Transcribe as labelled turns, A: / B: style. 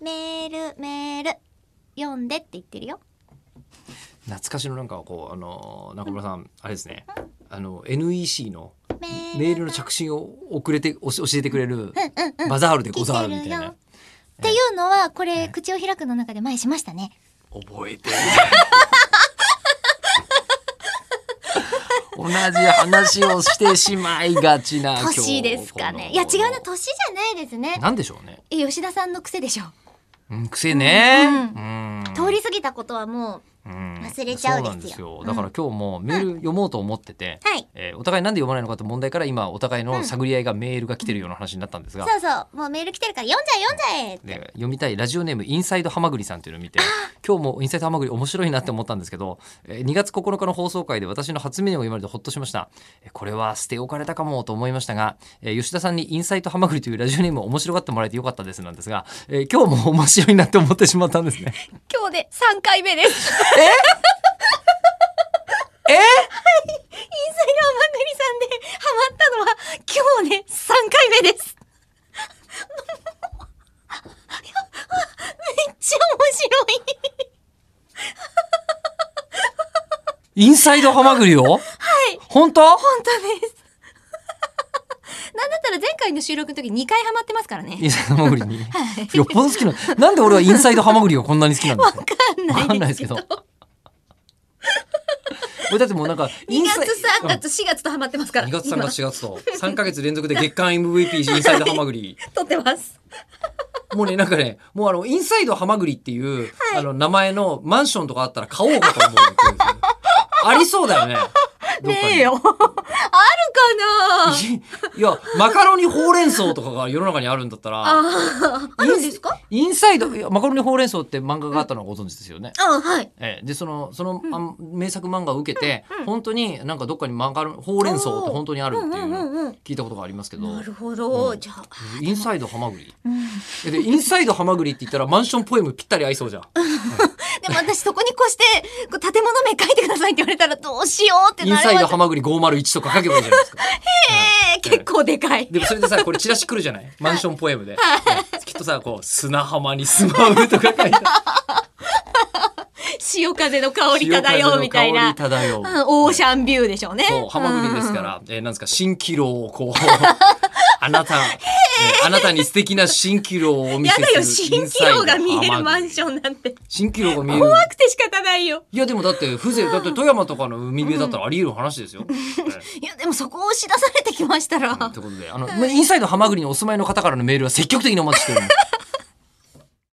A: メールメール読んでって言ってるよ
B: 懐かしのなんかこうあの中村さんあれですねあの NEC の
A: メール
B: メールの着信を遅れておし教えてくれるバザールでござるみたい
A: 来てる
B: な
A: よっていうのはこれ口を開くの中で前しましたね
B: 覚えてる 同じ話をしてしまいがちな今日
A: 年ですかねいや違うな年じゃないですね
B: なんでしょうね
A: え吉田さんの癖でしょ
B: うん癖ね
A: う
B: うん
A: 通り過ぎたことはも
B: うん
A: 忘れちゃうですよ
B: そなんですよ
A: うん
B: だから今日もメール読もうと思ってて
A: うはい
B: えーお互いなんで読まないのかって問題から今お互いうの
A: ん
B: 探り合いがメールが来てるような話になったんですが、
A: そうそうもうメール来てるから読んじゃえ読んじゃえって
B: で読みたいラジオネームインサイドハマグリさんというのを見て今日もインサイドハマグリ面白いなって思ったんですけど、えー2月9日の放送回で私の初メニューを言われてほっとしましたえーこれは捨て置かれたかもと思いましたが、えー吉田さんにインサイドハマグリというラジオネームを面白がってもらえてよかったですなんですが、えー今日も面白いなって思ってしまったんですね
A: 今日で三回目ですイ
B: え
A: ンサイドアマグリさんでハマったのは今日で三回目ですめっちゃ面白い
B: インサイドハマグリをはい本当
A: 本当です。なんだったら前回の収録の時2回ハマってますから
B: イ
A: ね。
B: ンサイドハマグリによっぽど好きななんで俺はインサイドハマグリがこんなに好きなんですかわかんないですけ ど。俺だってもうなんか、イ
A: 2
B: ンサイ
A: 月3月4月とハマってますから。
B: 2月3
A: 今
B: 月4月と3ヶ月連続で月間 MVP インサイドハマグリ。
A: 撮ってます。
B: もうね、なんかね、もうあの、インサイドハマグリっていう、あの、名前のマンションとかあったら買おうかと思うっていう。ありそうだよね。どっかに
A: ねえ。よ。あるかない
B: や、マカロニほうれん草とかが世の中にあるんだったら、
A: あーあるんですか
B: インサイド、いやマカロニほうれん草って漫画があったのはご存知ですよね。
A: あはい。
B: ええでそのその、あん名作漫画を受けて、本当になんかどっかにマカロニほうれん草って本当にあるっていうのを
A: うんうん
B: 聞いたことがありますけど、
A: うんなるほど。
B: うん
A: じゃあ。
B: インサイドハマグリ
A: うん
B: えでインサイドハマグリって言ったらマンションポエムぴったり合いそう じゃん
A: でも私そこに越して、こう建物名書いてくださいって言われたらどうしようって
B: イン
A: な
B: サ
A: り
B: イ
A: ま
B: ド
A: す
B: ハマグリ501とか書けばいいじゃないですか
A: えー結構でかい。
B: でもそれでさこれチラシ来るじゃないマンションポエムで、うんきっとさこう砂浜に住まうとか書いて
A: 潮風の香り漂うみたいな。
B: 潮風の香
A: う
B: り漂う
A: んオーシャンビューでしょうね。
B: そう、ハマグリですか
A: うん。
B: ら、えーなんですか、蜃気楼をこう、 あなた、えーあなたに素敵な蜃気楼をお見
A: や
B: せする。
A: だよ、蜃気楼が見えるマン
B: ョン。
A: ションなんて。
B: 蜃気楼が見える。
A: 怖くて仕方ないよ。
B: いや、でもだって、風情、だって富山とかの海辺だったらあり得る 話ですよ。えー
A: いや、でもそこを押し出されてきましたら。
B: ということで、あの、インサイドハマグリにお住まいの方からのメールは積極的にお待ちしております。